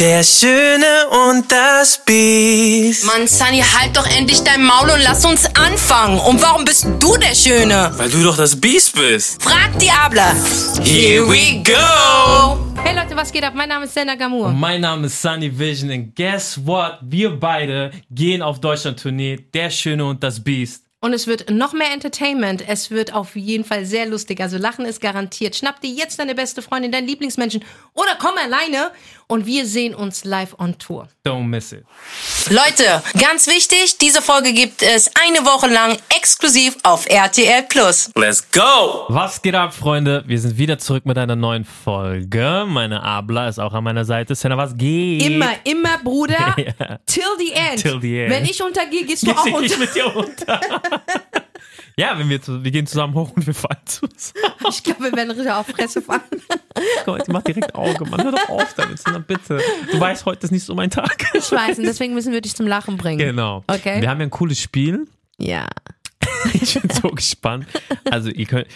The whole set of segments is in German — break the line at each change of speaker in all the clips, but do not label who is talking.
Der Schöne und das Biest.
Mann, Sunny, halt doch endlich dein Maul und lass uns anfangen. Und warum bist du der Schöne?
Weil du doch das Biest bist.
Frag Diabla.
Here we go.
Hey Leute, was geht ab? Mein Name ist Sena Gamur.
Mein Name ist Sunny Vision und guess what? Wir beide gehen auf Deutschland-Tournee, der Schöne und das Biest.
Und es wird noch mehr Entertainment. Es wird auf jeden Fall sehr lustig. Also Lachen ist garantiert. Schnapp dir jetzt deine beste Freundin, deinen Lieblingsmenschen oder komm alleine und wir sehen uns live on Tour.
Don't miss it.
Leute, ganz wichtig, diese Folge gibt es eine Woche lang exklusiv auf RTL Plus.
Let's go.
Was geht ab, Freunde? Wir sind wieder zurück mit einer neuen Folge. Meine Abla ist auch an meiner Seite. Senna, was geht?
Immer, immer, Bruder.
Ja.
Till the end.
Till the end.
Wenn ich untergehe, gehst du
Jetzt
auch
geh ich
unter.
mit dir unter. ja, wenn wir, zu, wir gehen zusammen hoch und wir fallen zusammen.
Ich glaube, wir werden richtig auf Fresse fallen.
Komm, jetzt mach direkt Auge, Mann. Hör doch auf damit, Senna, bitte. Du weißt, heute ist nicht so mein Tag.
Ich weiß und deswegen müssen wir dich zum Lachen bringen.
Genau.
Okay.
Wir haben ja ein cooles Spiel.
Ja.
Ich bin so gespannt. Also ihr könnt,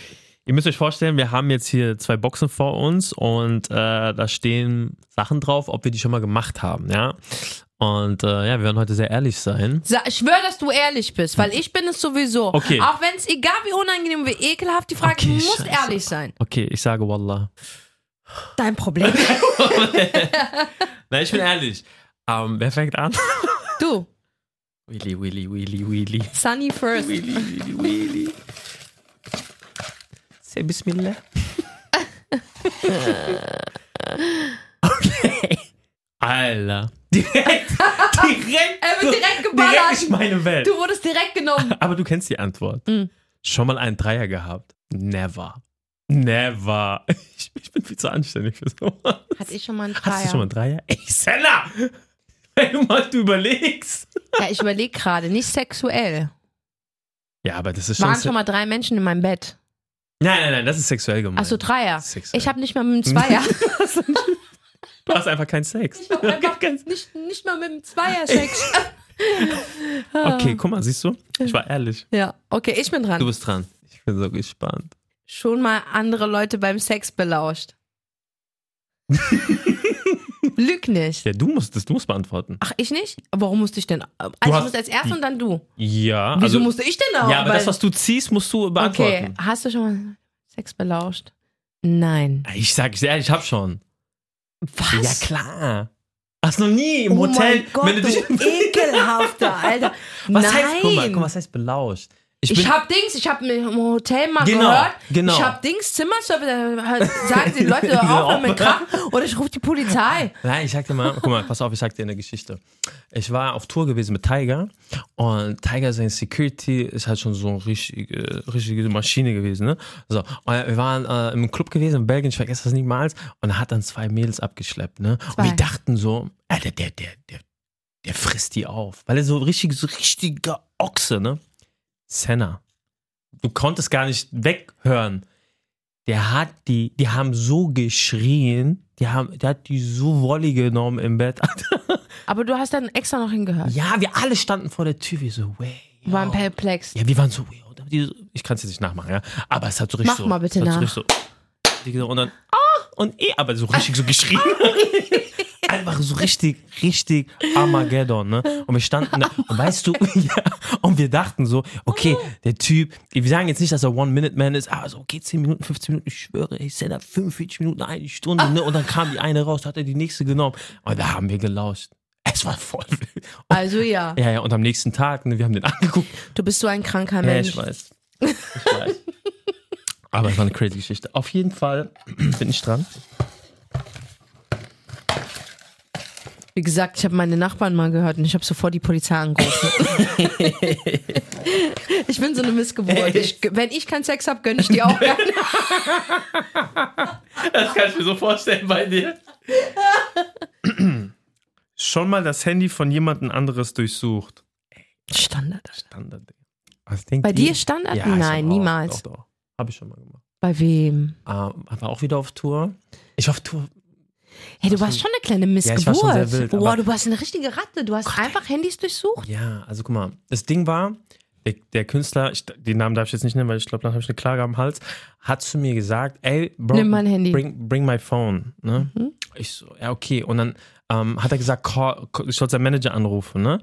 ihr müsst euch vorstellen, wir haben jetzt hier zwei Boxen vor uns und äh, da stehen Sachen drauf, ob wir die schon mal gemacht haben, ja. Und äh, ja, wir werden heute sehr ehrlich sein.
Sa ich schwöre, dass du ehrlich bist, weil ich bin es sowieso.
Okay.
Auch wenn es egal wie unangenehm, wie ekelhaft, die Frage
Okay,
muss
scheiße.
ehrlich sein.
Okay, ich sage Wallah.
Dein Problem.
Nein, ich bin ehrlich. Ähm, wer fängt an?
Du,
Willy, Willy, Willy, Willy.
Sunny first.
Willy, Willy, Willy. Say Bismillah. okay. Alter. Direkt. Direkt.
Er wird direkt geballert.
Direkt in meine Welt.
Du Mm. wurdest direkt genommen.
Aber du kennst die Antwort. Schon mal einen Dreier gehabt? Never. Never. Ich, ich bin viel zu anständig für sowas.
Hatte ich schon mal einen Dreier.
Hast du schon mal einen Dreier? Ey, Senna! Wenn mal du überlegst.
Ja, ich überlege gerade, nicht sexuell.
Ja, aber das ist schon...
Waren schon mal drei Menschen in meinem Bett.
nein, nein, nein, das ist sexuell gemeint.
Achso, Dreier.
Sexuell.
Ich habe nicht mal mit einem Zweier.
Du hast einfach keinen Sex.
Ich hab einfach nicht, nicht mal mit einem Zweier Sex.
Ah.
Ah.
Okay, guck mal, siehst du? Ich war ehrlich.
Ja, okay, ich bin dran.
bist dran. Ich bin so gespannt.
Schon mal andere Leute beim Sex belauscht. Lüg nicht.
Ja, du musst das, du musst beantworten.
Ach, ich nicht? Warum musste ich denn? Also ich
hast-
musste als erst und dann du.
Ja,
Wieso
also,
musste ich denn auch?
ja, aber
Weil-
das, was du ziehst, musst du
Okay,
beantworten.
hast du schon mal Sex belauscht? Nein.
Ich sag ich ehrlich, ich hab schon.
Was?
Ja, klar. Hast noch nie im
oh
Hotel,
mein Gott,
wenn du dich.
du ekelhafter, Alter.
Was
Nein.
heißt, guck mal, guck mal, was heißt belauscht?
ich hab Dings, ich hab im Hotel mal
Genau,
gehört.
genau.
Ich hab Dings Zimmerservice, da sagen die Leute hör auf hör mit Krach oder ich rufe die Polizei.
Nein, ich sag dir mal, guck mal, pass auf, ich sag dir eine Geschichte. Ich war auf Tour gewesen mit Tiger und Tiger sein Security ist halt schon so eine richtige, richtige Maschine gewesen, ne? So, und wir waren äh, im Club gewesen in Belgien, ich vergesse das niemals, und er hat dann zwei Mädels abgeschleppt, ne?
Zwei.
Und wir dachten so, äh, der, der, der, der, der frisst die auf, weil er so richtig, so richtiger Ochse, ne? Senna. Du konntest gar nicht weghören. Der hat die, die haben so geschrien, die haben, der hat die so Wolli genommen im Bett.
Aber du hast dann extra noch hingehört.
ja, wir alle standen vor der Tür, wir so, oh." way.
Wir waren perplex.
Ja, wir waren so, way. Und die so- Ich kann es jetzt nicht nachmachen, ja. Aber es hat so richtig
Mach
so.
mal bitte
es hat
nach.
So richtig so, die gesagt, und dann, ah, und eh, aber so richtig so geschrien.
Ah,
Einfach so richtig, richtig Armageddon, ne? Und wir standen da, und weißt du, ja, und wir dachten so, okay,
Oh
der Typ, wir sagen jetzt nicht, dass er One-Minute-Man ist, aber so, okay, 10 Minuten, 15 Minuten, ich schwöre, ich sende 45 Minuten, eine Stunde, ne? Und dann kam die eine raus, hat er die nächste genommen. Und da haben wir gelauscht. Es war voll wild.
Also ja,
Ja, ja, und am nächsten Tag, ne, wir haben den angeguckt,
du bist so ein kranker
ja,
Mensch.
ich weiß. Ich weiß. Aber es war eine crazy Geschichte. Auf jeden Fall bin ich dran.
Wie gesagt, ich habe meine Nachbarn mal gehört und ich habe sofort die Polizei angerufen. ich bin so eine Missgeburt. Ich, wenn ich keinen Sex hab, gönn ich dir auch keinen.
Das kann ich mir so vorstellen bei dir. Schon mal das Handy von jemandem anderes durchsucht.
Standard.
Standard. Was denkt
Bei
ihr?
dir Standard?
Ja, ich
Nein,
hab auch-
niemals.
Doch, doch. Habe ich schon mal gemacht.
Bei wem?
Ähm, war auch wieder auf Tour. Ich war auf Tour.
Hey, du warst schon eine kleine
Ja,
Missgeburt.
ich war schon sehr wild,
Boah,
aber-
du warst eine richtige Ratte. Du hast einfach Handys durchsucht.
Ja, also guck mal. Das Ding war, der, der Künstler, ich, den Namen darf ich jetzt nicht nennen, weil ich glaube, dann habe ich eine Klage am Hals, hat zu mir gesagt, ey, Bro,
Nimm mein Handy. Mhm.
Bring, bring my phone. Ne? Ich so, ja, okay. Und dann ähm, hat er gesagt, call, call, ich soll seinen Manager anrufen, ne?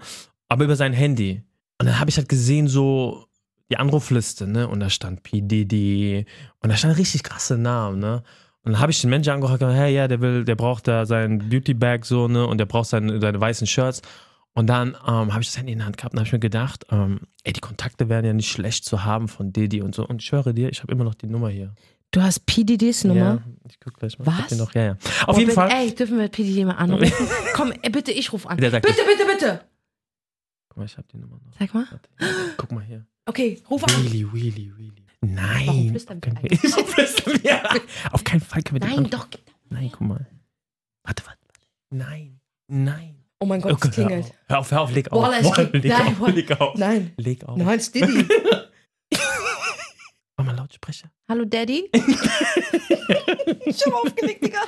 Aber über sein Handy. Und dann habe ich halt gesehen, so die Anrufliste, ne? Und da stand PDD und da stand richtig krasse Namen, ne? Und dann habe ich den Manager angehört, hey, ja, der will, der braucht da sein Beauty Bag so, ne? Und der braucht seine, seine weißen Shirts. Und dann ähm, habe ich das Handy in der Hand gehabt und habe ich mir gedacht, ähm, ey, die Kontakte werden ja nicht schlecht zu haben von Didi und so. Und ich schwöre dir, ich habe immer noch die Nummer hier.
Du hast PDDs Nummer?
Ja, ich guck gleich mal. Ich hab
Was? Oh,
die noch, ja, ja. Auf jeden Fall.
Ey, dürfen wir PDD mal anrufen? Komm, ey, bitte, ich rufe an.
Der
Bitte,
sagt
bitte, bitte.
Guck mal, ich habe die Nummer noch.
Sag mal.
Warte. Guck mal hier.
Okay, ruf an.
Wheelie, wheelie, wheelie.
Warum
Nein.
flüstern
Auf
wir
keinen, Warum flüstern wir? Auf keinen Fall können wir den
Nein, doch.
Nein, guck mal. Warte, warte. warte. Nein. Nein.
Oh mein Gott,
Okay,
es klingelt.
Hör auf, hör auf, leg auf.
Wallah, es klingelt.
leg
Nein,
auf, leg auf.
Nein.
Leg auf.
Nein, es ist Didi.
Mach mal Lautsprecher.
Hallo, Daddy? ich hab aufgelegt, Digga.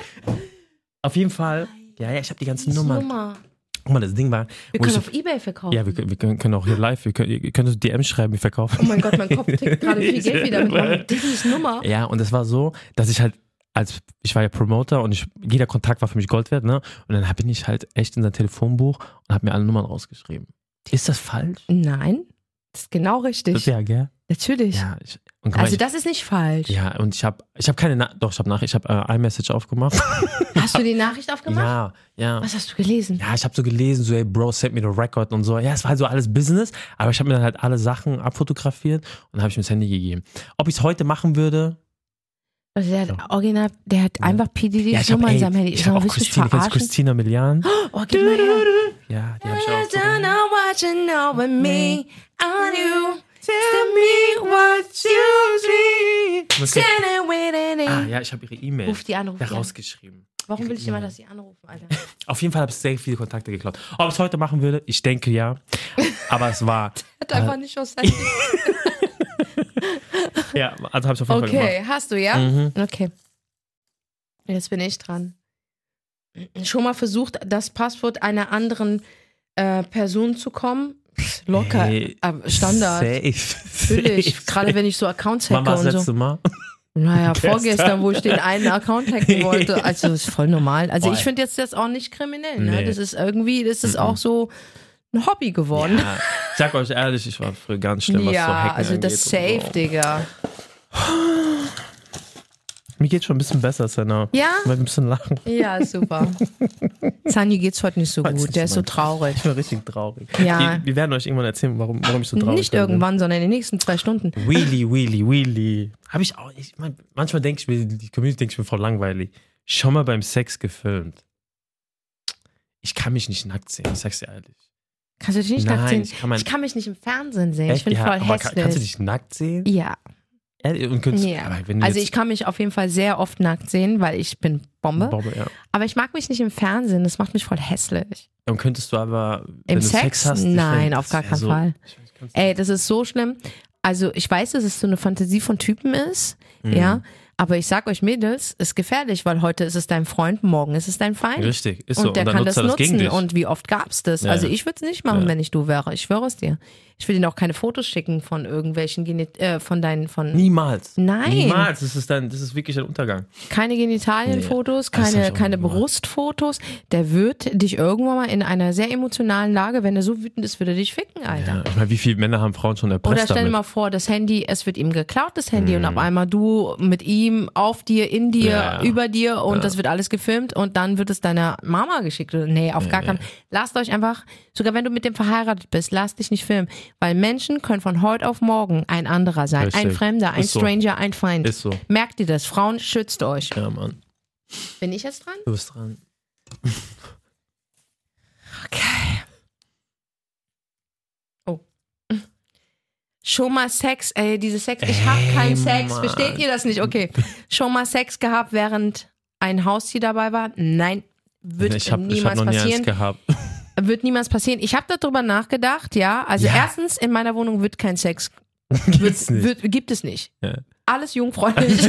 Auf jeden Fall. Ja, ja, ich habe die ganzen Nummern.
Nummer.
Guck mal, das Ding war.
Wir
wo ich
können
so-
auf Ebay verkaufen.
ja, wir, können- wir können können auch hier live, wir können, ihr könnt uns DM schreiben, wir verkaufen.
Oh mein Gott, mein Kopf tickt gerade viel Geld wieder mit meiner Diddys Nummer.
Ja, und es war so, dass ich halt als ich war ja Promoter und ich, jeder Kontakt war für mich Gold wert, ne? Und dann bin ich halt echt in sein Telefonbuch und habe mir alle Nummern rausgeschrieben. Ist das falsch?
Nein, das ist genau
Das,
richtig.
ja, gell?
Natürlich.
Ja, ich, und guck mal,
Also
ich,
das ist nicht falsch.
ja, und ich habe ich hab keine Na doch, ich habe nach, ich habe äh, iMessage aufgemacht.
Hast du die Nachricht aufgemacht?
ja, ja.
Was hast du gelesen?
Ja, ich habe so gelesen, so, hey, Bro, send me the record und so. Ja, es war halt so alles Business, aber ich habe mir dann halt alle Sachen abfotografiert und habe ich mir das Handy gegeben. Ob ich es heute machen würde?
Also der hat original, der hat einfach PDD
Ja, ich habe
Nummer in seinem Handy.
ich hab auch
willst du mich
Christine, kennst du
verarschen?
Christina Milian?
Oh, gib mal her.
Ja, die habe ich auch. so-
Don't know what you know with me, on you. Tell me what you see.
Okay.
Standing waiting in.
Ah, ja, ich habe ihre E-Mail
Ruf die an, ruf
da
die an.
rausgeschrieben.
Warum will ich immer,
E-Mail.
dass sie anrufen, Alter?
Auf jeden Fall habe ich sehr viele Kontakte geklaut. Ob ich es heute machen würde? Ich denke ja. Aber es war.
Hat einfach
Äh,
nicht aus Handy.
Ja, also habe ich auf jeden Fall
Okay, hast du, ja?
gemacht. Mhm.
Okay. Jetzt bin ich dran. Schon mal versucht, das Passwort einer anderen äh, Person zu kommen? Pff, Locker.
Hey,
aber Standard.
Safe.
Natürlich.
safe.
Gerade wenn ich so Accounts hacke
Mama, das
und so.
letzte Mal.
Naja,
Gestern.
vorgestern, wo ich den einen Account hacken wollte. Also, das ist voll normal. Also,
Boah.
ich finde jetzt das auch nicht kriminell. Ne?
Nee.
Das ist irgendwie, das ist auch so ein Hobby geworden.
Ja, ich sag euch ehrlich, ich war früher ganz schlimm,
Ja,
was so Hacken
also das
angeht
Safe,
und so.
Digga.
Mir geht schon ein bisschen besser, Senna.
Ja?
Ich wollte ein bisschen lachen.
Ja, super. Sunny geht's heute nicht so
Weiß
gut.
nicht,
Der ist so
Mann.
traurig.
Ich bin richtig traurig.
Ja.
Wir, wir werden euch irgendwann erzählen, warum, warum ich so traurig
Nicht
bin. ne?
irgendwann, sondern in den nächsten zwei Stunden.
Wheelie, Wheelie, Wheelie. Habe ich auch. Ich mein, manchmal denke ich mir, die Community denkt, ich bin voll langweilig. Schon mal beim Sex gefilmt. Ich kann mich nicht nackt sehen, ich sag's dir ehrlich.
Kannst du dich nicht
Nein,
nackt sehen?
ich kann mein-
ich kann mich nicht im Fernsehen sehen. Ich
Echt?
bin
ja,
voll
aber
hässlich.
kann, kannst du dich nackt sehen?
ja,
Ehrlich? Und könntest,
ja.
aber wenn du
Also ich
jetzt,
kann mich auf jeden Fall sehr oft nackt sehen, weil ich bin Bombe.
Bombe, ja.
Aber ich mag mich nicht im Fernsehen. Das macht mich voll hässlich.
Dann könntest du aber wenn
Im
du Sex,
Sex?
hast. also ich
Nein,
find,
auf
das
gar
wär
keinen
so,
Fall.
Ich weiß, kannst du-
Ey, das ist so schlimm. Also ich weiß, dass es so eine Fantasie von Typen ist,
Mhm.
ja. Aber ich sag euch, Mädels, ist gefährlich, weil heute ist es dein Freund, morgen ist es dein Feind.
Richtig, ist
und
so.
der
und dann
kann das
nutzt er das gegen
nutzen.
dich.
Und wie oft gab's das?
Ja.
Also ich würde es nicht machen,
Ja.
wenn ich du wäre. Ich schwöre es dir. Ich will dir auch keine Fotos schicken von irgendwelchen Genit äh, von deinen von
Niemals.
Nein.
Niemals. Das ist, dein, das ist wirklich ein Untergang.
keine Genitalienfotos,
Nee, das hab
keine
ich auch
keine
nicht gemacht.
Brustfotos. Der wird dich irgendwann mal in einer sehr emotionalen Lage, wenn er so wütend ist, würde dich ficken, Alter.
Ja, ich meine, wie viele Männer haben Frauen schon erpresst
Oder stell dir
damit? Hm.
mal vor, das Handy, es wird ihm geklaut, das Handy, und auf einmal du mit ihm auf dir, in dir,
Ja.
über dir und das wird alles gefilmt und dann wird es deiner Mama geschickt. Oder- Nee, auf gar keinen Lasst euch einfach, sogar wenn du mit dem verheiratet bist, lasst dich nicht filmen. Weil Menschen können von heute auf morgen ein anderer sein. Ein
Richtig.
Fremder, ein
Ist so.
Stranger, ein Feind.
Ist so.
Merkt ihr das? Frauen schützt euch.
Ja, Mann.
Bin ich jetzt dran?
Du bist dran.
Okay. Oh. Schon mal Sex, ey, diese Sex, ich hab
Ey,
keinen Sex,
Mann.
versteht ihr das nicht? Okay. Schon mal Sex gehabt, während ein Haustier dabei war? Nein, wird
ich habe hab
niemals
noch nie eins
passieren.
gehabt.
Wird niemals passieren. Ich habe darüber nachgedacht, ja. Also
Ja.
erstens, in meiner Wohnung wird kein Sex.
Gibt's nicht.
Wird, gibt es nicht.
Ja.
Alles jungfräulich.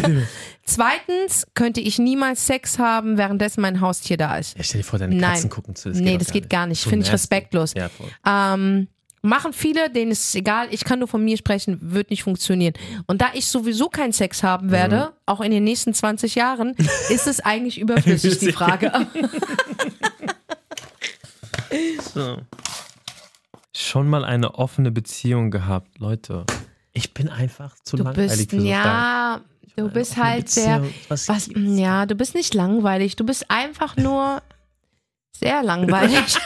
Zweitens könnte ich niemals Sex haben, währenddessen mein Haustier da ist.
Ja, stell dir vor, deine
Nein.
Katzen gucken zu.
nee, das geht gar nicht. Finde ich respektlos.
Ja, voll.
Ähm, machen viele, denen ist es egal. Ich kann nur von mir sprechen, wird nicht funktionieren. Und da ich sowieso keinen Sex haben werde,
Mhm.
auch Oh, in den nächsten 20 Jahren, ist es eigentlich überflüssig, die Frage.
So. Schon mal eine offene Beziehung gehabt, Leute. Ich bin einfach zu
Du
langweilig
bist,
für so Fragen.
ja, du
meine,
bist
offene
halt sehr,
Beziehung, was
was, mm,
gibt's?
ja, du bist nicht langweilig, du bist einfach nur sehr langweilig.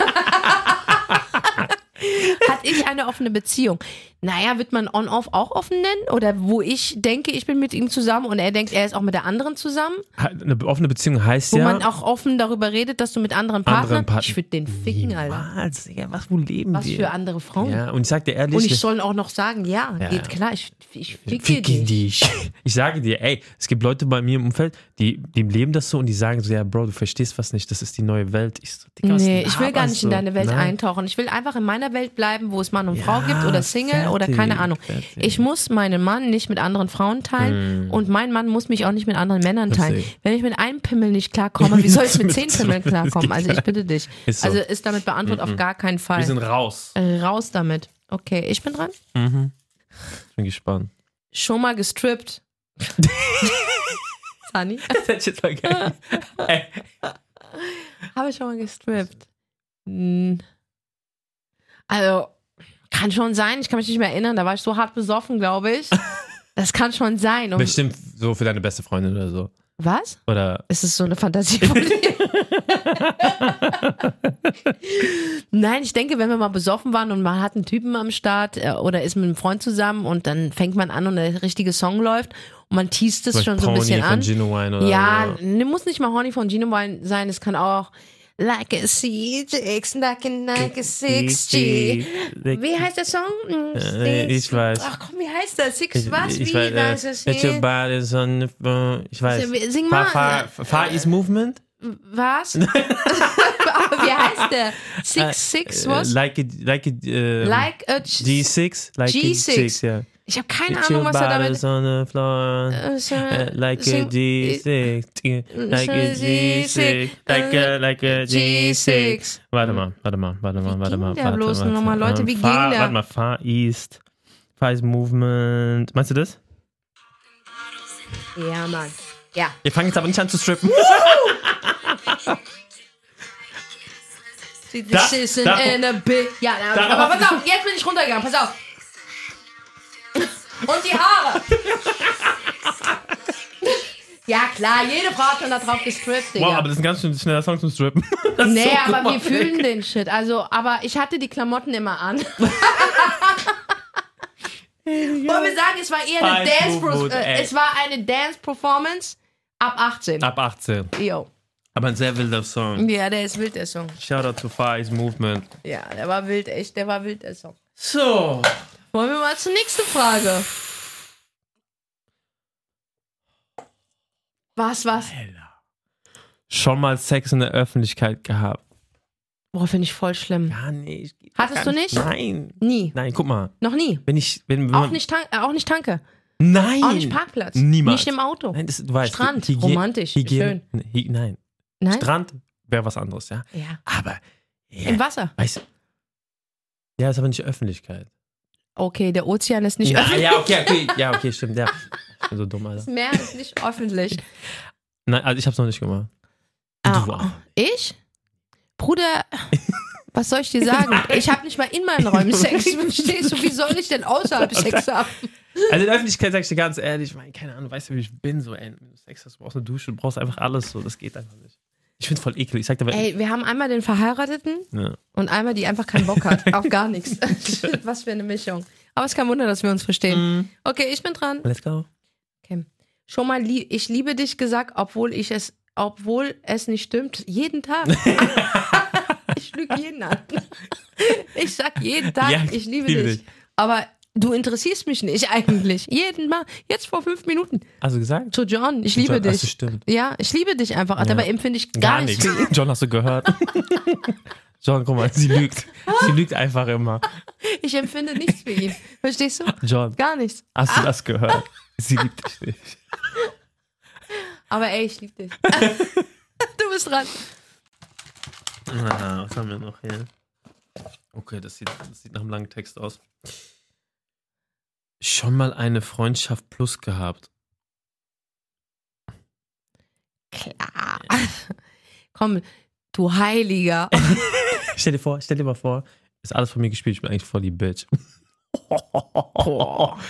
Hat ich eine offene Beziehung? Naja, wird man on-off auch offen nennen? Oder wo ich denke, ich bin mit ihm zusammen und er denkt, er ist auch mit der anderen zusammen?
Eine offene Beziehung heißt
Wo
ja.
man auch offen darüber redet, dass du mit anderen Partnern.
Partnern.
Ich würde den ficken, Alter.
Niemals, Digga, was, wo leben
Was
wir?
für andere Frauen.
Ja, und ich sag dir ehrlich,
Und ich soll auch noch sagen, ja,
Ja,
geht
ja.
klar, ich, ich ficke
Fick
dich.
dich. Ich sage dir, ey, es gibt Leute bei mir im Umfeld, die, die leben das so und die sagen so, ja, Bro, du verstehst was nicht, das ist die neue Welt. Ich so, Digga, was
Nee,
laberst
ich will gar nicht in
du?
deine Welt
Nein.
eintauchen. Ich will einfach in meiner Welt bleiben, wo es Mann und
ne? Ja,
Frau gibt oder Single oder keine
fertig,
Ahnung.
fertig. Mhm.
Ich muss meinen Mann nicht mit anderen Frauen
Hm.
teilen und mein Mann muss mich auch nicht mit anderen Männern teilen.
Richtig.
Wenn ich mit einem Pimmel nicht klarkomme, wie soll ich mit zehn
Das
Pimmeln
geht
klarkommen? Also ich
gar
bitte dich.
Ist so. Mhm.
Also äh, ist damit beantwortet auf gar keinen
Wir
Fall.
sind raus.
Raus damit. Okay, ich bin dran.
Ich Mhm. bin gespannt.
Schon mal gestrippt. Sunny?
Das hätte ich jetzt mal geil.
Habe ich schon mal gestrippt. Hm. Also, kann schon sein. Ich kann mich nicht mehr erinnern. Da war ich so hart besoffen, glaube ich. Das kann schon sein. Und
Bestimmt so für deine beste Freundin oder so.
was?
Oder
Ist es so eine Fantasie von dir? Nein, ich denke, wenn wir mal besoffen waren und man hat einen Typen am Start äh, oder ist mit einem Freund zusammen und dann fängt man an und der richtige Song läuft und man teast es
zum
schon
Beispiel
so ein
Pony
bisschen
von
an.
Gino Wine oder
Ja,
so.
ne, muss nicht mal Horny von Gino Wine sein, es kann auch Like a CGX, like a like a 6G. Wie heißt der Song? Hm,
Äh, ich
Six-
weiß.
Ach komm, wie heißt der? Six
Ich,
was?
ich
Wie
weiß, äh,
heißt das? Also,
Let your body's on the floor. ich weiß.
Sing mal.
Far, far, far East Movement?
Was? wie heißt der? Six, six,
Äh,
was?
Like it, like it, äh,
Like a G
G6? Like
G6.
G6, ja.
Ich habe keine Ahnung, was er damit.
on the floor.
Äh, so- eh,
Äh, like a
sing-
G6, äh, like a G6, like
uh,
a, like a G6.
G6.
Warte mal, warte mal, warte mal,
Wie
warte
ging
mal.
der
warte,
bloß
warte,
nochmal, Leute?
Ähm,
Wie ging
Far,
der?
Warte mal, Far East, Far East Movement. Meinst du das?
Ja, Mann. Ja.
Wir fangen jetzt aber nicht an zu strippen. Da-
This is an
da-
in a bit. Ja, na,
Darauf-
aber pass auf, jetzt bin ich runtergegangen, pass auf. Und die Haare. ja, klar, jede Frau hat schon da drauf gestrippt, Digga.
Wow, aber das ist ein ganz schön schneller Song zum Strippen. Das ist
nee,
so
aber wir
gemacht, ey.
fühlen den Shit. Also, aber ich hatte die Klamotten immer an. Wollen wir sagen, es war eher eine
Fein,
Dance
Bubut,
äh,
ey. Ah.
es war eine Dance Performance ab 18.
Ab 18.
Yo.
Aber ein sehr wilder Song.
Ja, der ist wild der Song.
Shoutout to Far East Movement.
Ja, der war wild echt, der war wild der Song.
So.
Wollen wir mal zur nächsten Frage? Was, was?
Schon mal Sex in der Öffentlichkeit gehabt?
Boah, finde ich voll schlimm.
Gar nicht. Geht
Hattest
gar
du nicht?
Nein.
Nie.
Nein, guck mal.
Noch nie.
Wenn ich, wenn, wenn
Auch
man,
nicht, Tan äh, auch nicht Tanke.
Nein.
Auch nicht Parkplatz.
Niemals.
Nicht im Auto.
Nein, das, du weißt,
Strand,
Hygie-
romantisch,
Hygiene, schön. nein.
Nein?
Strand wäre was anderes, ja.
Ja.
Aber, ja,
Im Wasser.
weißt du, ja, ist aber nicht Öffentlichkeit.
Okay, der Ozean ist nicht
ja,
öffentlich.
ja, okay, okay, ja, okay, stimmt, ja. Ich bin so dumm, Alter.
Das Meer ist nicht öffentlich.
Nein, also ich hab's noch nicht gemacht.
Ah,
Du auch.
Ich? Bruder, was soll ich dir sagen? Ich habe nicht mal in meinen Räumen Sex. Verstehst du, wie soll ich denn außerhalb Sex haben?
Also in der Öffentlichkeit sag ich dir ganz ehrlich, ich meine, keine Ahnung, weißt du, wie ich bin, so, ey, wenn du Sex hast, du brauchst eine Dusche, du brauchst einfach alles, so, das geht einfach nicht. Ich find's voll eklig, ich sag dir, aber,
Ey, wir haben einmal den Verheirateten
ja.
Und einmal, die einfach keinen Bock hat. Auf gar nichts. Was für eine Mischung. Aber es ist kein Wunder, dass wir uns verstehen. Okay, ich bin dran.
let's go.
Okay. Schon mal, lie ich liebe dich gesagt, obwohl ich es, obwohl es nicht stimmt, jeden Tag. ich lüge jeden an. Ich sag jeden Tag,
Ja,
ich liebe,
liebe
dich.
dich.
Aber du interessierst mich nicht eigentlich. Jeden Mal. Jetzt vor fünf Minuten.
Also gesagt?
Zu John, ich liebe
John, ach,
dich.
das stimmt.
Ja, ich liebe dich einfach. Dabei empfinde ich gar,
Gar
nichts.
nichts. John, hast du gehört? John, guck mal, sie lügt. Sie lügt einfach immer.
Ich empfinde nichts für ihn. Verstehst du?
John,
Gar nichts.
hast du das gehört? Sie liebt dich nicht.
Aber ey, ich liebe dich. du bist dran.
Ah, was haben wir noch hier? Okay, das sieht, das sieht nach einem langen Text aus. Schon mal eine Freundschaft plus gehabt.
Klar. Komm, du Heiliger.
stell dir vor, stell dir mal vor, ist alles von mir gespielt, ich bin eigentlich voll die Bitch.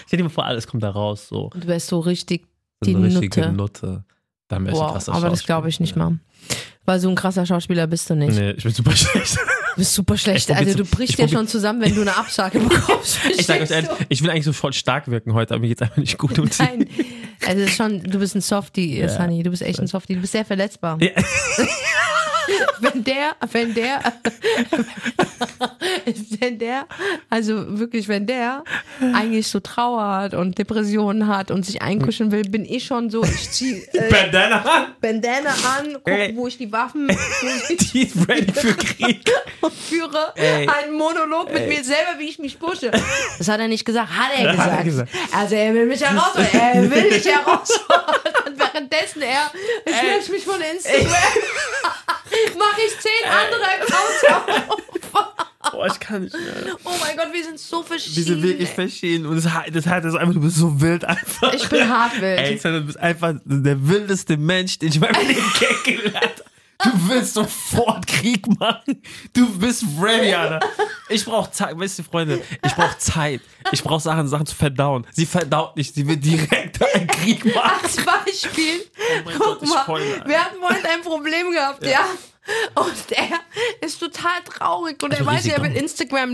Stell dir mal vor, alles kommt da raus, so.
Du wärst so richtig
So
die
eine richtige
Nutte.
Nutte. Dann wäre ich ein
Wow,
krasser
aber das glaube ich nicht mal. Weil so ein krasser Schauspieler bist du nicht.
Schauspieler. Nee, ich bin super schlecht.
Du bist super schlecht.
Ich probier
Also du
zu-
brichst
ich
ja
probier-
schon zusammen, wenn du eine Absage bekommst.
Ich sag euch
Verstehst
ehrlich,
du?
ich will eigentlich so voll stark wirken heute, aber mir geht's einfach nicht gut. um Und
Nein. Also es ist schon, du bist ein Softie, äh, Sunny. Du bist echt ein Softie. Du bist sehr verletzbar.
Ja.
wenn der, wenn der, wenn der, also wirklich, wenn der eigentlich so trauert und Depressionen hat und sich einkuscheln will, bin ich schon so, ich zieh äh,
Bandana,
Bandana an, guck, wo ich die Waffen
die ist ready für Krieg.
führe,
Ey.
einen Monolog mit mir selber, wie ich mich pushe. Das hat er nicht gesagt, hat er gesagt.
er gesagt.
Also er will mich herausfordern, er will mich herausfordern. Und währenddessen er, ich lösche mich von Instagram, mache ich zehn andere Accounts auf.
Boah, ich kann nicht mehr.
Oh mein Gott, wir sind so verschieden.
Diese wirklich
ey.
verschieden. Und das, hat- das heißt also einfach, du bist so wild einfach.
ich bin hart wild.
Ey, Alter, du bist einfach der wildeste Mensch, den ich in meinem Leben kennengelernt habe. Du willst sofort Krieg machen. Du bist ready, Alter. Ich brauche Zeit, weißt du, Freunde, ich brauche Zeit. Ich brauche Sachen, Sachen zu verdauen. Sie verdaut nicht, sie will direkt einen Krieg machen.
Als Beispiel,
Oh mein
guck
Gott, ich
mal,
heule, Alter.
wir hatten vorhin ein Problem gehabt, ja. Und er ist total traurig und er
bin
weiß,
richtig
er will
dumm.
Instagram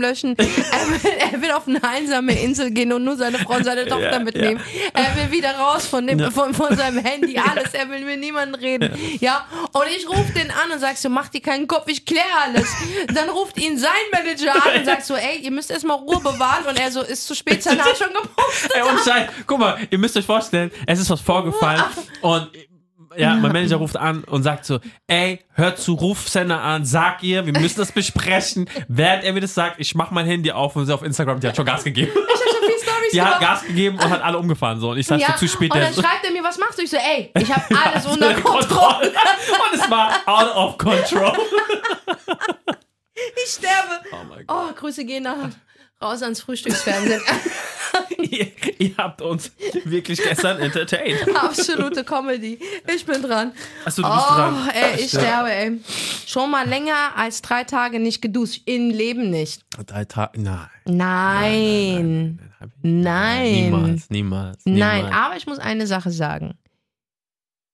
löschen. er, will, er will auf eine einsame Insel gehen und nur seine Frau und seine Tochter
Ja,
mitnehmen. Er will wieder raus von, dem,
Ja.
von, von seinem Handy, alles. Er will mit niemandem reden. Ja. Und ich rufe den an und sag so, mach dir keinen Kopf, ich kläre alles. Dann ruft ihn sein Manager an und sagt so, ey, ihr müsst erstmal Ruhe bewahren. Und er so, ist zu spät, seine hat schon gepostet.
Ey, und Scheiß, guck mal, ihr müsst euch vorstellen, es ist was vorgefallen und ja, mein Manager ruft an und sagt so, ey, hört zu, ruf Senna an, sag ihr, wir müssen das besprechen. Während er mir das sagt, ich mach mein Handy auf und sie auf Instagram, die hat schon Gas gegeben.
Ich hab schon viel Stories
Die hat
gemacht.
Gas gegeben und hat alle umgefahren so und ich sagte zu spät.
Und
der-
dann schreibt er mir, was machst du? Ich so, ey, ich habe alles unter Kontrolle.
und es war out of control.
Ich sterbe.
Oh mein Gott.
Oh, Grüße gehen nach raus ans Frühstücksfernsehen.
Ihr, ihr habt uns wirklich gestern entertained.
Absolute Comedy. Ich bin dran.
Achso, du bist dran.
Oh, ey, ich sterbe, ey. Schon mal länger als drei Tage nicht geduscht. Im Leben nicht.
Drei Tage, nein.
Nein.
Nein, hab ich-
Nein.
Niemals, niemals.
Nein,
niemals.
aber ich muss eine Sache sagen.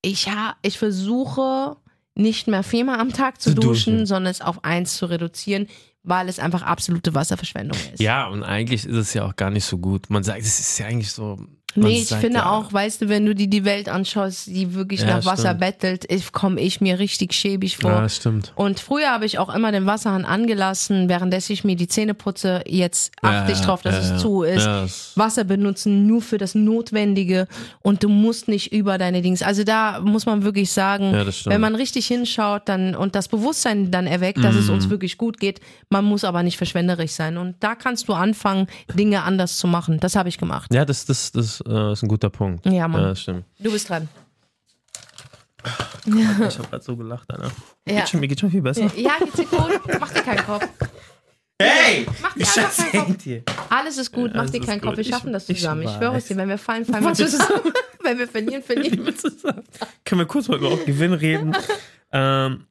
Ich, ha ich versuche nicht mehr viermal am Tag zu,
Zu
duschen,
duschen.
sondern es auf eins zu reduzieren, weil es einfach absolute Wasserverschwendung ist.
Ja, und eigentlich ist es ja auch gar nicht so gut. Man sagt, es ist ja eigentlich so. man
Nee, ich
sagt
finde
ja,
auch, weißt du, wenn du dir die Welt anschaust, die wirklich
Ja,
nach Wasser
stimmt.
bettelt, komme ich mir richtig schäbig vor.
Ja, das stimmt.
Und früher habe ich auch immer den Wasserhahn angelassen, währenddessen ich mir die Zähne putze. Jetzt achte ich
Ja,
drauf, dass
ja,
es
ja.
zu ist.
Ja, das-
Wasser benutzen nur für das Notwendige und du musst nicht über deine Dings. Also da muss man wirklich sagen,
Ja, das stimmt.
wenn man richtig hinschaut dann und das Bewusstsein dann erweckt, dass
Mhm.
es uns wirklich gut geht, man muss aber nicht verschwenderisch sein. Und da kannst du anfangen, Dinge anders zu machen. Das habe ich gemacht.
Ja, das, das, das äh, ist ein guter Punkt.
Ja, Mann.
Ja, das stimmt.
Du bist dran.
Ich habe gerade so gelacht, Alter.
Ja.
Geht schon, mir geht schon viel besser.
Ja, geht's dir gut? Mach dir keinen Kopf.
Hey!
Mach dir
Ich
einfach
schätze
keinen Kopf.
hängt hier.
Alles ist gut, mach
alles
dir
ist
keinen Kopf.
gut.
Wir
Ich-
schaffen das
ich
zusammen. Ich,
weiß.
schwöre es dir, wenn wir fallen, fallen wir zusammen. wenn wir verlieren, verlieren.
Können wir kurz mal über Gewinn reden? ähm,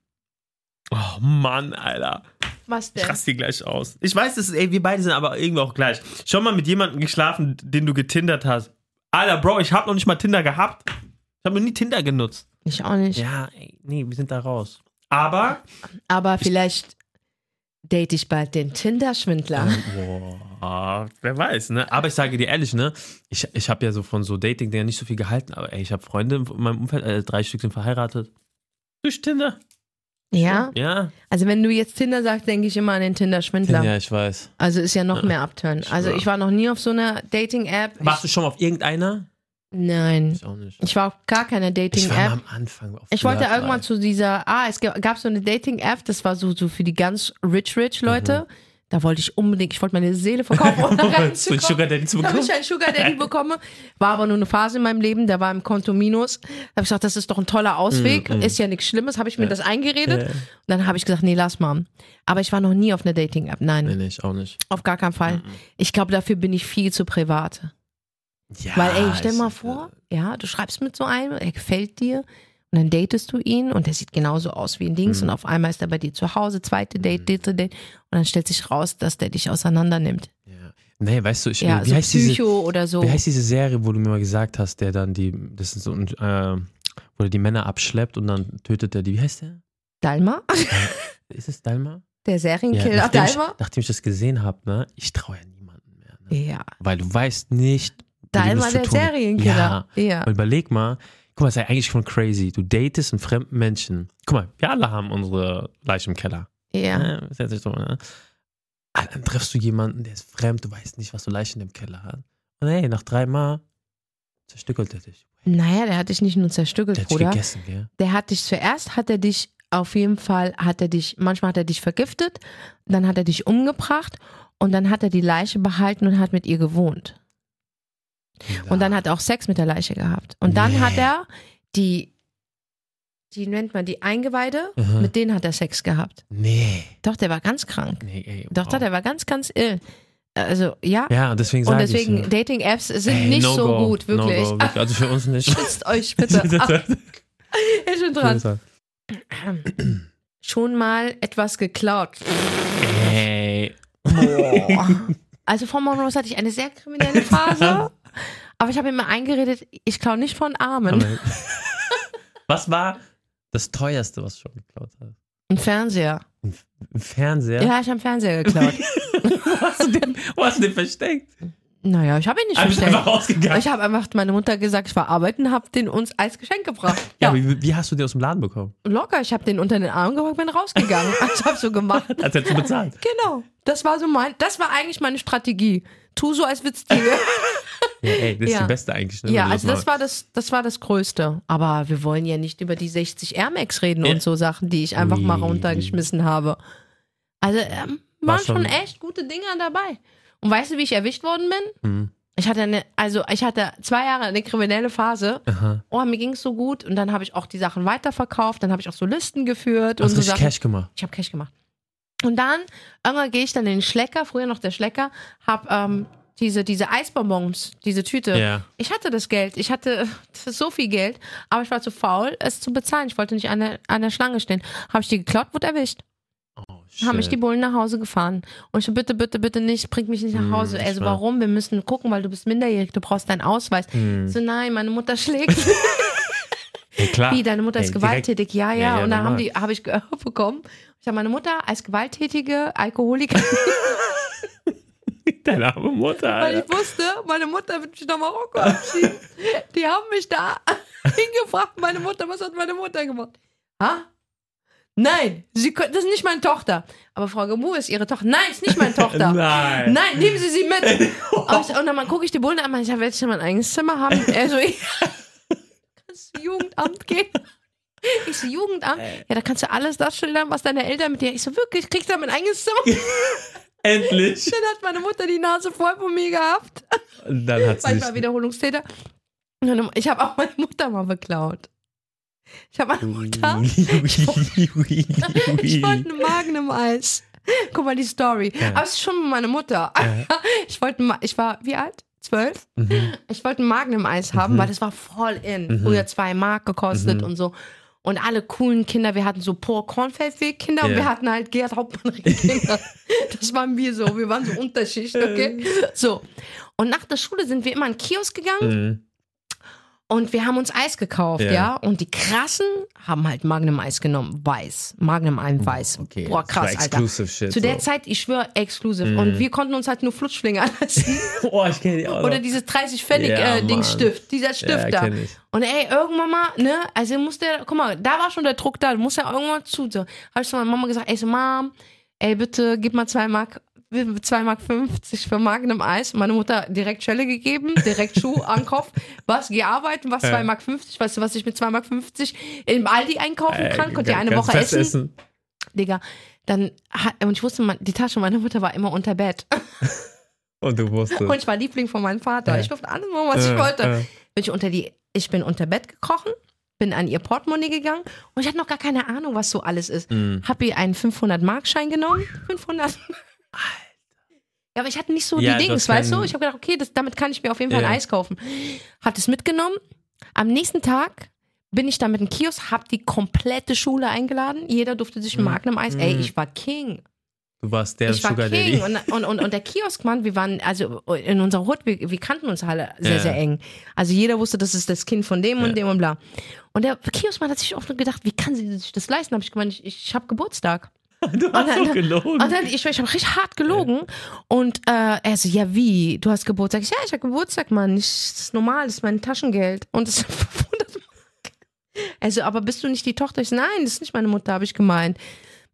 oh Mann, Alter.
Was
Ich
denn?
raste die gleich aus. Ich weiß, das ist, ey, wir beide sind aber irgendwie auch gleich. Schon mal mit jemandem geschlafen, den du getindert hast. Alter, Bro, ich habe noch nicht mal Tinder gehabt. Ich habe noch nie Tinder genutzt.
Ich auch nicht.
Ja, ey, nee, wir sind da raus. Aber.
Aber vielleicht date ich bald den Tinder-Schwindler.
äh, Boah, wer weiß, ne? Aber ich sage dir ehrlich, ne? Ich, ich habe ja so von so dating ja nicht so viel gehalten, aber ey, ich habe Freunde in meinem Umfeld, äh, drei Stück sind verheiratet. Durch Tinder.
Ja?
Ja.
Also wenn du jetzt Tinder sagst, denke ich immer an den Tinder-Schwindler.
Ja, ich weiß.
Also ist ja noch mehr Upturn. Also ich war noch nie auf so einer Dating-App.
Warst du schon mal auf irgendeiner?
Ich- Nein.
Ich auch nicht.
Ich war auf gar keiner
Ich war mal
Dating-App.
am Anfang auf
Ich wollte
Flirtline.
irgendwann zu dieser, ah, es gab, gab so eine Dating-App, das war so, so für die ganz rich, rich Leute. Da wollte ich unbedingt, ich wollte meine Seele verkaufen, um da
Mhm. So ein
reinzukommen.
Sugar Daddy zu
Damit
bekommen.
ich einen Sugar Daddy bekomme. War aber nur eine Phase in meinem Leben, da war im Konto Minus. Da habe ich gesagt, das ist doch ein toller Ausweg,
Mm,
ist ja nichts Schlimmes, habe ich mir das eingeredet. Und
Äh.
dann habe ich gesagt, nee, lass mal. Aber ich war noch nie auf einer Dating-App, nein,
Nee, Mm, nee, ich auch nicht.
auf gar keinen Fall. Ich glaube, dafür bin ich viel zu privat.
Ja,
Weil, ey, stell
ich-
mal vor, ja, du schreibst mit so einem, er gefällt dir. Und Und dann datest du ihn und der sieht genauso aus wie ein Dings
Mm.
und auf einmal ist er bei dir zu Hause, zweite Date, dritte Date und dann stellt sich raus, dass der dich auseinander nimmt.
Ja. Nee, weißt du, ich,
Ja,
wie,
so
heißt
Psycho
diese,
oder so.
wie heißt diese Serie, wo du mir mal gesagt hast, der dann die, das ist so ein, äh, wo der die Männer abschleppt und dann tötet er die, wie heißt der?
Dalma?
Ist es Dalma?
Der Serienkiller
nachdem, ich,
Dalma?
nachdem ich das gesehen habe, ne, ich traue ja niemanden mehr. Ne?
Ja.
Weil du weißt nicht, mit wem du
Dalma
es
der
zu tun hast.
Serienkiller. Ja.
Und überleg mal, guck mal, ist ja eigentlich schon crazy. Du datest einen fremden Menschen. Guck mal, wir alle haben unsere Leiche im Keller.
Ja.
Ne? Ist jetzt nicht so, ne? Aber dann triffst du jemanden, der ist fremd, du weißt nicht, was du Leichen im Keller hast. Und hey, nach dreimal zerstückelt er dich.
Naja, der hat dich nicht nur
Der
zerstückelt,
hat dich
Bruder.
gegessen, gell?
der hat dich zuerst, hat er dich auf jeden Fall, hat er dich, manchmal hat er dich vergiftet, dann hat er dich umgebracht und dann hat er die Leiche behalten und hat mit ihr gewohnt. Und dann hat er auch Sex mit der Leiche gehabt. Und dann
Nee.
hat er die, die nennt man die Eingeweide,
Aha.
mit denen hat er Sex gehabt.
Nee.
Doch, der war ganz krank.
nee ey,
Doch,
wow.
doch, der war ganz, ganz ill. Also, ja.
Ja, und deswegen
und
sage ich.
deswegen,
ja.
Dating-Apps sind
Ey,
nicht
no
so
go.
gut, wirklich.
No go, wirklich. Also für uns nicht.
Schützt euch bitte. Ach, ich bin dran. schon mal etwas geklaut.
Ey.
Also von Monrose hatte ich eine sehr kriminelle Phase. Aber ich habe immer eingeredet, ich klaue nicht von Armen.
Aber- Was war das teuerste, was du schon geklaut hast?
Ein Fernseher.
Ein Fernseher?
Ja, ich habe einen Fernseher geklaut.
Wo hast du den, wo hast du den versteckt?
naja, ich habe ihn nicht versteckt.
rausgegangen.
Ich habe einfach meine Mutter gesagt, ich war arbeiten, habe den uns als Geschenk gebracht.
ja,
Ja,
aber wie, wie hast du den aus dem Laden bekommen?
locker. Ich habe den unter den Arm gepackt, bin rausgegangen. ich habe so gemacht.
Als hättest du bezahlt.
Genau. Das war so mein, das war eigentlich meine Strategie. Tu so, als würdest du.
Ja, ey, das ist
Ja.
die beste eigentlich. Ne,
Ja,
wenn du
also das
machst.
war das, das war das Größte. Aber wir wollen ja nicht über die 60 Air Max reden
Ja.
und so Sachen, die ich einfach mal
Ui.
runtergeschmissen habe. Also ähm,
War
waren schon
schon-
echt gute Dinger dabei. Und weißt du, wie ich erwischt worden bin?
Hm.
Ich hatte eine, also ich hatte zwei Jahre eine kriminelle Phase.
Aha.
Oh, mir ging's so gut. Und dann habe ich auch die Sachen weiterverkauft. Dann habe ich auch so Listen geführt
Du
und
hast
so
richtig Also
Sachen.
Cash gemacht.
Ich habe Cash gemacht. Und dann, irgendwann gehe ich dann in den Schlecker, früher noch der Schlecker, hab ähm, diese, diese Eisbonbons, diese Tüte.
Ja.
Ich hatte das Geld. Ich hatte äh, so viel Geld, aber ich war zu faul, es zu bezahlen. Ich wollte nicht an der, an der Schlange stehen. Habe ich die geklaut, wurde erwischt.
Oh, shit.
Haben mich die Bullen nach Hause gefahren. Und ich so, bitte, bitte, bitte nicht, bring mich nicht
Hm,
nach Hause. Also
ich war-
warum? Wir müssen gucken, weil du bist minderjährig, du brauchst deinen Ausweis.
Hm.
So, nein, meine Mutter schlägt.
Ja, klar.
Wie, deine Mutter ist
Ey, direkt-
gewalttätig? Ja, ja.
Ja, ja,
und dann haben
normal.
die, habe ich gehört bekommen. Ich habe meine Mutter als gewalttätige Alkoholikerin,
Deine arme Mutter.
weil
Alter.
ich wusste, meine Mutter wird mich nach Marokko abschieben. Die haben mich da hingefragt, meine Mutter, was hat meine Mutter gemacht? Ha? Nein, sie, kö- das ist nicht meine Tochter. Aber Frau Gemu ist ihre Tochter. Nein, ist nicht meine Tochter.
Nein.
Nein, nehmen Sie sie mit. Und, ich, und dann gucke ich die Bullen an, meine ich, ja, willst du mein eigenes Zimmer haben? Er so, ich kannst du Jugendamt gehen? Ich so, Jugendamt? Ja, da kannst du alles das schildern, was deine Eltern mit dir... Ich so, wirklich, kriegst du mein eigenes Zimmer?
Endlich.
Dann hat meine Mutter die Nase voll von mir gehabt.
Und Dann hat sie
Weil ich war
dich.
Wiederholungstäter. Und dann- Ich habe auch meine Mutter mal beklaut. Ich habe meine Mutter... Ich wollte eine Magnum-Eis. Guck mal, die Story. Aber es ist schon meine Mutter. Ah, Ich wollte, ma- ich war, wie alt? Zwölf? Ich wollte ein Magnum-Eis haben, weil das war voll in. Früher zwei Mark gekostet und so. Und alle coolen Kinder, wir hatten so Poor Kornfeldweg Kinder und
Ja.
wir hatten halt Gerhard Hauptmann Kinder. Das waren wir so, wir waren so Unterschicht, okay? So. Und nach der Schule sind wir immer in den Kiosk gegangen
Mhm.
und wir haben uns Eis gekauft,
Ja.
ja? Und die krassen haben halt Magnum Eis genommen, weiß. Magnum Eis weiß.
Oh, Okay,
Boah,
das
krass,
war
Alter.
exclusive Shit.
Zu der
so. Mhm.
Zeit, ich schwöre, exklusiv. Und wir konnten uns halt nur Flutschlinge anlassen.
Oh, ich kenne die auch.
Oder
noch.
dieses 30 Pfennig
Ja,
äh, Dingsstift, dieser Stift
Ja,
da.
kenn ich.
Und ey, irgendwann mal, ne, also muss der, guck mal, da war schon der Druck da, du musst ja irgendwann zu. So. Hab ich zu meiner Mama gesagt, ey, so Mom, ey, bitte gib mal 2 Mark, 2 Mark 50 für Magnum Eis. Meine Mutter direkt Schelle gegeben, direkt Schuh an den Kopf. Was, geh arbeiten, was 2 Mark 50, weißt du, was ich mit 2 Mark 50 im Aldi einkaufen kann, konnte ja eine
Kannst
Woche
Äh, fest
essen. Digga, dann, hat- und ich wusste, mein- die Tasche meiner Mutter war immer unter Bett.
Und du wusstest.
Und ich war Liebling von meinem Vater.
Ja.
Ich durfte alles machen, was
Äh,
ich wollte.
äh.
Bin ich, unter die, ich bin unter Bett gekrochen, bin an ihr Portemonnaie gegangen und ich hatte noch gar keine Ahnung, was so alles ist.
äh.
Hab ihr einen 500-Markschein genommen. 500 Ja, aber ich hatte nicht so
Ja,
die
du hast
Dings, weißt
keinen-
du? Ich habe gedacht, okay, das, damit kann ich mir auf jeden Fall
Ja.
ein Eis kaufen. Hab das mitgenommen. Am nächsten Tag bin ich da mit dem Kiosk, hab die komplette Schule eingeladen. Jeder durfte sich ein Magnum-Eis. Ey, ich war King.
Du warst der
Ich war
Sugar
King.
Daddy.
Und, und, und, und der Kioskmann, wir waren, also in unserer Hut, wir, wir kannten uns alle sehr,
Ja.
sehr eng. Also jeder wusste, das ist das Kind von dem und dem und bla. Und der Kioskmann hat sich oft nur gedacht, wie kann sie sich das leisten? Hab ich gemeint, ich, ich habe Geburtstag.
Du hast so
Und
gelogen.
dann, ich, ich habe richtig hart gelogen. Und äh, er so, ja wie, du hast Geburtstag? Ich, ja, ich habe Geburtstag, Mann. Ich, das ist normal, das ist mein Taschengeld. Und das 500 Mark. Also, aber bist du nicht die Tochter? Ich so, nein, das ist nicht meine Mutter, habe ich gemeint.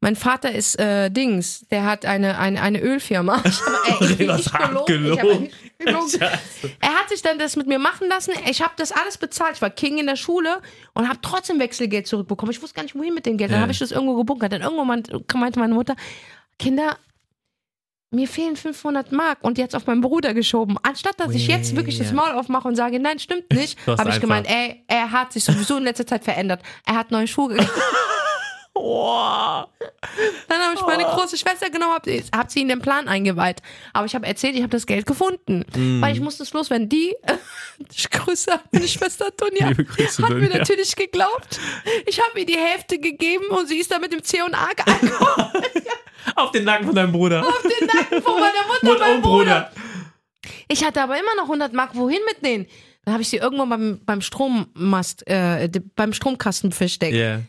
Mein Vater ist äh, Dings, der hat eine, eine, eine Ölfirma. Ich hab, ey, ich bin
Was
nicht
hart
gelogen. Ich hab
gelogen.
nicht gelogen. Er hat sich dann das mit mir machen lassen. Ich habe das alles bezahlt. Ich war King in der Schule und habe trotzdem Wechselgeld zurückbekommen. Ich wusste gar nicht, wohin mit dem Geld. Dann
Ja.
habe ich das irgendwo gebunkert. Dann irgendwo meint- meinte meine Mutter, Kinder, mir fehlen 500 Mark und die hat's auf meinen Bruder geschoben. Anstatt, dass ich jetzt wirklich das Maul aufmache und sage, nein, stimmt nicht,
Du hast
habe ich
einfach-
gemeint, ey, er hat sich sowieso in letzter Zeit verändert. Er hat neue Schuhe gekauft.
Oh.
Dann habe ich meine große Schwester genommen, habe hab sie in den Plan eingeweiht. Aber ich habe erzählt, ich habe das Geld gefunden. Weil ich musste es loswerden. Die, ich grüße meine Schwester Tonja,
Liebe Grüße,
hat mir
Dunja.
natürlich geglaubt. Ich habe ihr die Hälfte gegeben und sie ist dann mit dem C&A angekommen
Auf den Nacken von deinem Bruder.
von meiner Mutter,
Und
meinem
oh,
Bruder.
Bruder.
Ich hatte aber immer noch 100 Mark. Wohin mit denen? Dann habe ich sie irgendwo beim, beim Strommast, äh, de- beim Stromkasten versteckt.
Ja.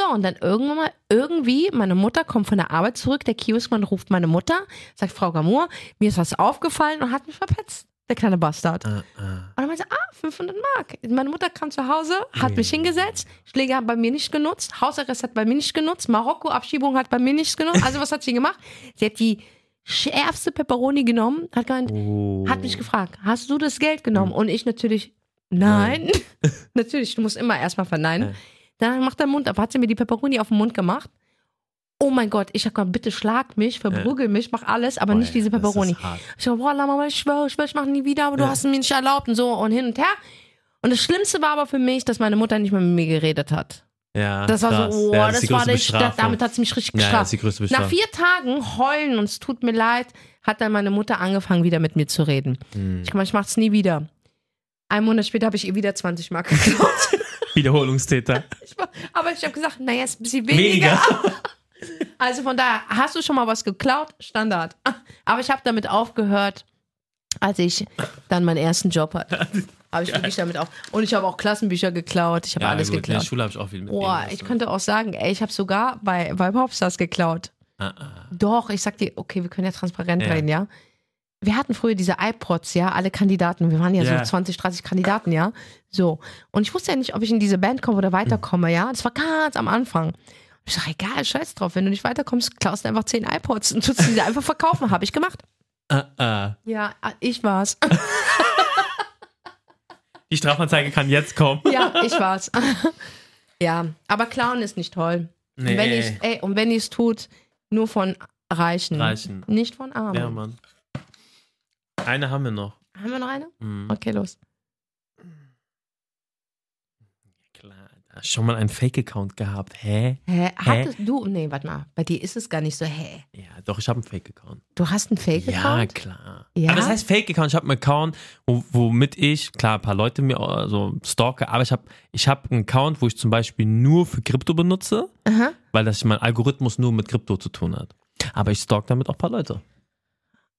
So, und dann irgendwann mal, irgendwie, meine Mutter kommt von der Arbeit zurück, der Kioskmann ruft meine Mutter, sagt Frau Gamur, mir ist was aufgefallen und hat mich verpetzt. Der kleine Bastard.
Ah, ah.
Und dann meinte, sie, ah, 500 Mark. Meine Mutter kam zu Hause, hat mich hingesetzt, Schläge hat bei mir nicht genutzt, Hausarrest hat bei mir nicht genutzt, Marokko-Abschiebung hat bei mir nicht genutzt. Also was hat sie gemacht? Sie hat die schärfste Peperoni genommen, hat gemeint,
Oh. Hm.
hat mich gefragt, hast du das Geld genommen? Und ich natürlich, nein. natürlich, du musst immer erstmal verneinen.
Ja.
Dann macht der Mund ab, hat sie mir die Peperoni auf den Mund gemacht. Oh mein Gott, ich hab gesagt, bitte schlag mich, verprügel mich, mach alles, aber
Oh
nicht
ja,
diese
das ist
Peperoni.
hart.
Ich so, boah, Mama, ich schwöre, ich schwöre, ich mach nie wieder, aber du hast es mir nicht erlaubt und so und hin und her. Und das Schlimmste war aber für mich, dass meine Mutter nicht mehr mit mir geredet hat.
Ja,
Das war
krass.
so, oh,
Ja,
das,
ist die
war
größte
der Stadt,
Bestrafung.
damit hat sie mich richtig
Ja, ja,
gestraft.
das ist die größte Bestrafung.
Nach vier Tagen heulen und es tut mir leid, hat dann meine Mutter angefangen, wieder mit mir zu reden.
Hm.
Ich meine, ich mach's nie wieder. Einen Monat später habe ich ihr wieder 20 Mark geklaut.
Wiederholungstäter.
Ich war- Aber ich habe gesagt, naja, ist ein bisschen weniger.
Weniger.
Also von daher, hast du schon mal was geklaut? Standard. Aber ich habe damit aufgehört, als ich dann meinen ersten Job hatte. Habe ich wirklich damit auf. Und ich habe auch Klassenbücher geklaut. Ich habe
Ja,
alles
gut, In der
geklaut.
Schule habe ich auch viel mitgenommen.
Boah, ich könnte auch sagen, ey, ich habe sogar bei, bei Popstars geklaut. Doch, ich sag dir, okay, wir können ja transparent
Ja.
reden, ja. Wir hatten früher diese iPods, ja, alle Kandidaten. Wir waren ja
Ja.
so 20, 30 Kandidaten, ja. So. Und ich wusste ja nicht, ob ich in diese Band komme oder weiterkomme, ja. Das war ganz am Anfang. Ich sag, egal, scheiß drauf, wenn du nicht weiterkommst, klaust du einfach 10 iPods und tust diese einfach verkaufen. Habe ich gemacht.
Ah, ah.
Ja, ich war's.
Die Strafanzeige kann jetzt kommen.
Ja, ich war's. ja, aber klauen ist nicht toll.
Nee.
Und wenn ich's, ey, und wenn ihr es tut, nur von Reichen.
Reichen.
Nicht von Armen.
Ja, Mann. Eine haben wir noch.
Haben wir noch eine?
Mhm.
Okay, los.
Klar. da Schon mal einen Fake-Account gehabt. Hä?
Hä? Hattest du. Nee, warte mal. Bei dir ist es gar nicht so, hä?
Ja, doch, ich habe einen Fake-Account.
Du hast einen
Ja,
Fake-Account?
klar.
Ja?
Aber das heißt Fake-Account. Ich habe einen Account, wo, womit ich, klar, ein paar Leute mir äh, so stalke, aber ich habe ich hab einen Account, wo ich zum Beispiel nur für Krypto benutze,
Aha.
weil das mein Algorithmus nur mit Krypto zu tun hat. Aber ich stalk damit auch ein paar Leute.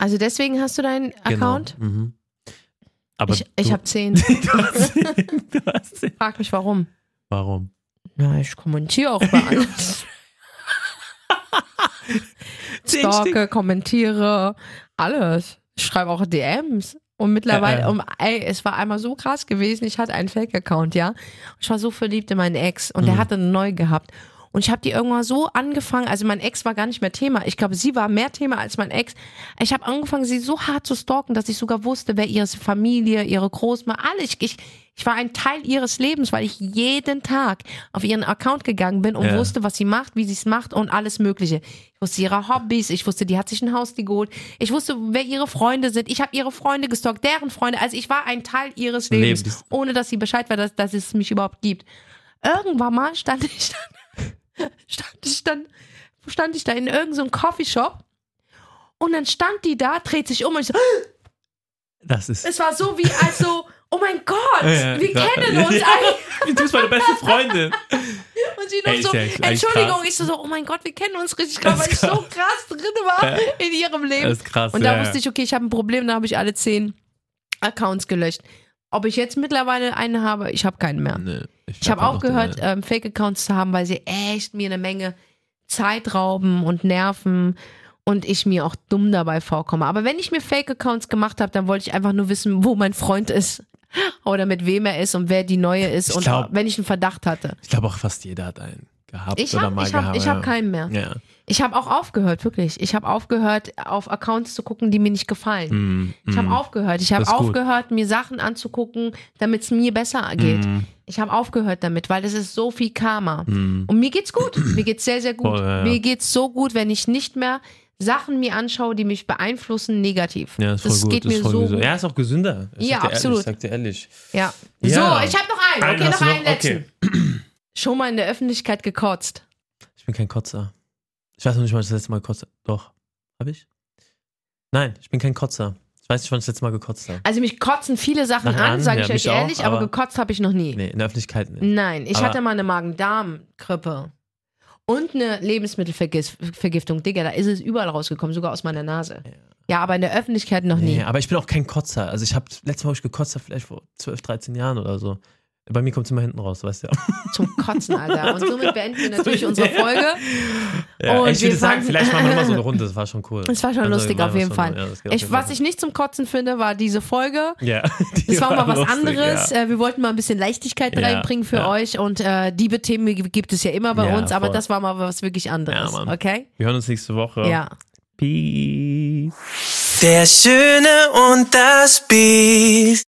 Also deswegen hast du deinen Account?
Genau. Mhm. Aber
Ich, ich
du-
habe zehn.
du hast ihn, du hast ihn.
Frag mich warum.
Warum?
Na, ich kommentiere auch bei alles. Stalke, kommentiere, alles. Ich schreibe auch DMs. Und mittlerweile,
Ja, ja.
um, ey, es war einmal so krass gewesen, ich hatte einen Fake-Account, ja. Ich war so verliebt in meinen Ex und der hatte eine neue gehabt. Und ich habe die irgendwann so angefangen, also mein Ex war gar nicht mehr Thema. Ich glaube, sie war mehr Thema als mein Ex. Ich habe angefangen, sie so hart zu stalken, dass ich sogar wusste, wer ihre Familie, ihre Großma, alle. Ich, ich, ich war ein Teil ihres Lebens, weil ich jeden Tag auf ihren Account gegangen bin und
Ja.
wusste, was sie macht, wie sie es macht und alles Mögliche. Ich wusste ihre Hobbys, ich wusste, die hat sich ein Haus geholt, ich wusste, wer ihre Freunde sind, ich habe ihre Freunde gestalkt, deren Freunde. Also ich war ein Teil ihres Lebens,
Lebens.
ohne dass sie Bescheid war, dass, dass es mich überhaupt gibt. Irgendwann mal stand ich dann, stand ich dann, stand ich da in irgendeinem Coffeeshop und dann stand die da, dreht sich um und ich so,
Das ist.
es war so wie, als so, oh mein Gott,
Ja, ja,
wir
klar.
kennen uns
Ja.
eigentlich.
Du bist meine beste Freundin.
Und sie noch
Ey, ist
so,
ja echt- echt
Entschuldigung,
krass.
ich so, so, oh mein Gott, wir kennen uns richtig krass, weil ich so krass drin war
Ja.
in ihrem Leben.
Das ist krass.
Und da
ja,
wusste ich, okay, ich habe ein Problem, da habe ich alle zehn Accounts gelöscht. Ob ich jetzt mittlerweile einen habe, ich habe keinen mehr.
ja. Nee,
Ich
hab
habe
halt
auch
noch
gehört,
den-
ähm, Fake-Accounts zu haben, weil sie echt mir eine Menge Zeit rauben und nerven und ich mir auch dumm dabei vorkomme. Aber wenn ich mir Fake-Accounts gemacht habe, dann wollte ich einfach nur wissen, wo mein Freund ist oder mit wem er ist und wer die neue ist
Ich
und
glaub-
wenn ich einen Verdacht hatte.
Ich glaube auch fast jeder hat einen gehabt
Ich
oder
habe
mal
ich hab,
gehabt.
ich hab keinen mehr.
Ja.
Ich habe auch aufgehört, wirklich. Ich habe aufgehört, auf Accounts zu gucken, die mir nicht gefallen.
Mm,
Ich habe
mm.
aufgehört. Ich habe
Das ist gut.
aufgehört, mir Sachen anzugucken, damit es mir besser geht.
Mm.
Ich habe aufgehört damit, weil das ist so viel Karma. Und mir geht's gut. Mir geht's sehr, sehr gut.
Mm. Voll, ja, ja.
Mir geht's so gut, wenn ich nicht mehr Sachen mir anschaue, die mich beeinflussen, negativ.
Ja, ist voll
das
gut.
geht
das
mir
ist voll
so
gesund.
gut.
Ja, ist auch gesünder. Ich
Ja,
sag dir
absolut.
Ehrlich, ich sag dir ehrlich.
Ja.
Ja.
So, ich habe noch einen.
Einen
Okay,
hast
noch
du noch?
einen letzten.
Okay.
Schon mal in der Öffentlichkeit gekotzt.
Ich bin kein Kotzer. Ich weiß noch nicht, wann ich das letzte Mal gekotzt habe. Doch. Habe ich? Nein, ich bin kein Kotzer. Ich weiß nicht, wann ich das letzte Mal gekotzt habe.
Also mich kotzen viele Sachen
Nach
an,
an,
sage
ja,
ich euch
mich auch,
ehrlich, aber,
aber-
gekotzt habe ich noch nie.
Nee, in der Öffentlichkeit nicht.
Nein, ich
Aber-
hatte mal eine Magen-Darm-Grippe. Und eine Lebensmittelvergiftung. Digga, da ist es überall rausgekommen, sogar aus meiner Nase. Ja, aber in der Öffentlichkeit noch nie.
Nee, aber ich bin auch kein Kotzer. Also ich habe letztes Mal, wo ich gekotzt habe, vielleicht vor 12, 13 Jahren oder so. Bei mir kommt es immer hinten raus, weißt du ja.
Zum Kotzen, Alter. Und somit beenden wir natürlich
Sorry.
unsere Folge.
ja
Und
ich
Oh, wir
würde sagen,
fangen-
vielleicht machen wir nochmal so eine Runde. Das war schon cool.
Es war schon
Also,
lustig
wir
auf
machen
jeden
was
Fall.
von- ja, das geht auf
ich,
jeden
was ich nicht zum Kotzen finde, war diese Folge.
Ja, die
Das war mal was
lustig,
anderes.
Ja.
Äh, Wir wollten mal ein bisschen Leichtigkeit
Ja,
reinbringen für
ja.
euch. Und äh, diebe Themen gibt es ja immer bei
Ja,
uns, aber
voll.
das war mal was wirklich
Ja,
anderes.
Mann.
okay?
Wir hören uns nächste Woche.
Ja.
Peace.
Der Schöne und das Biest.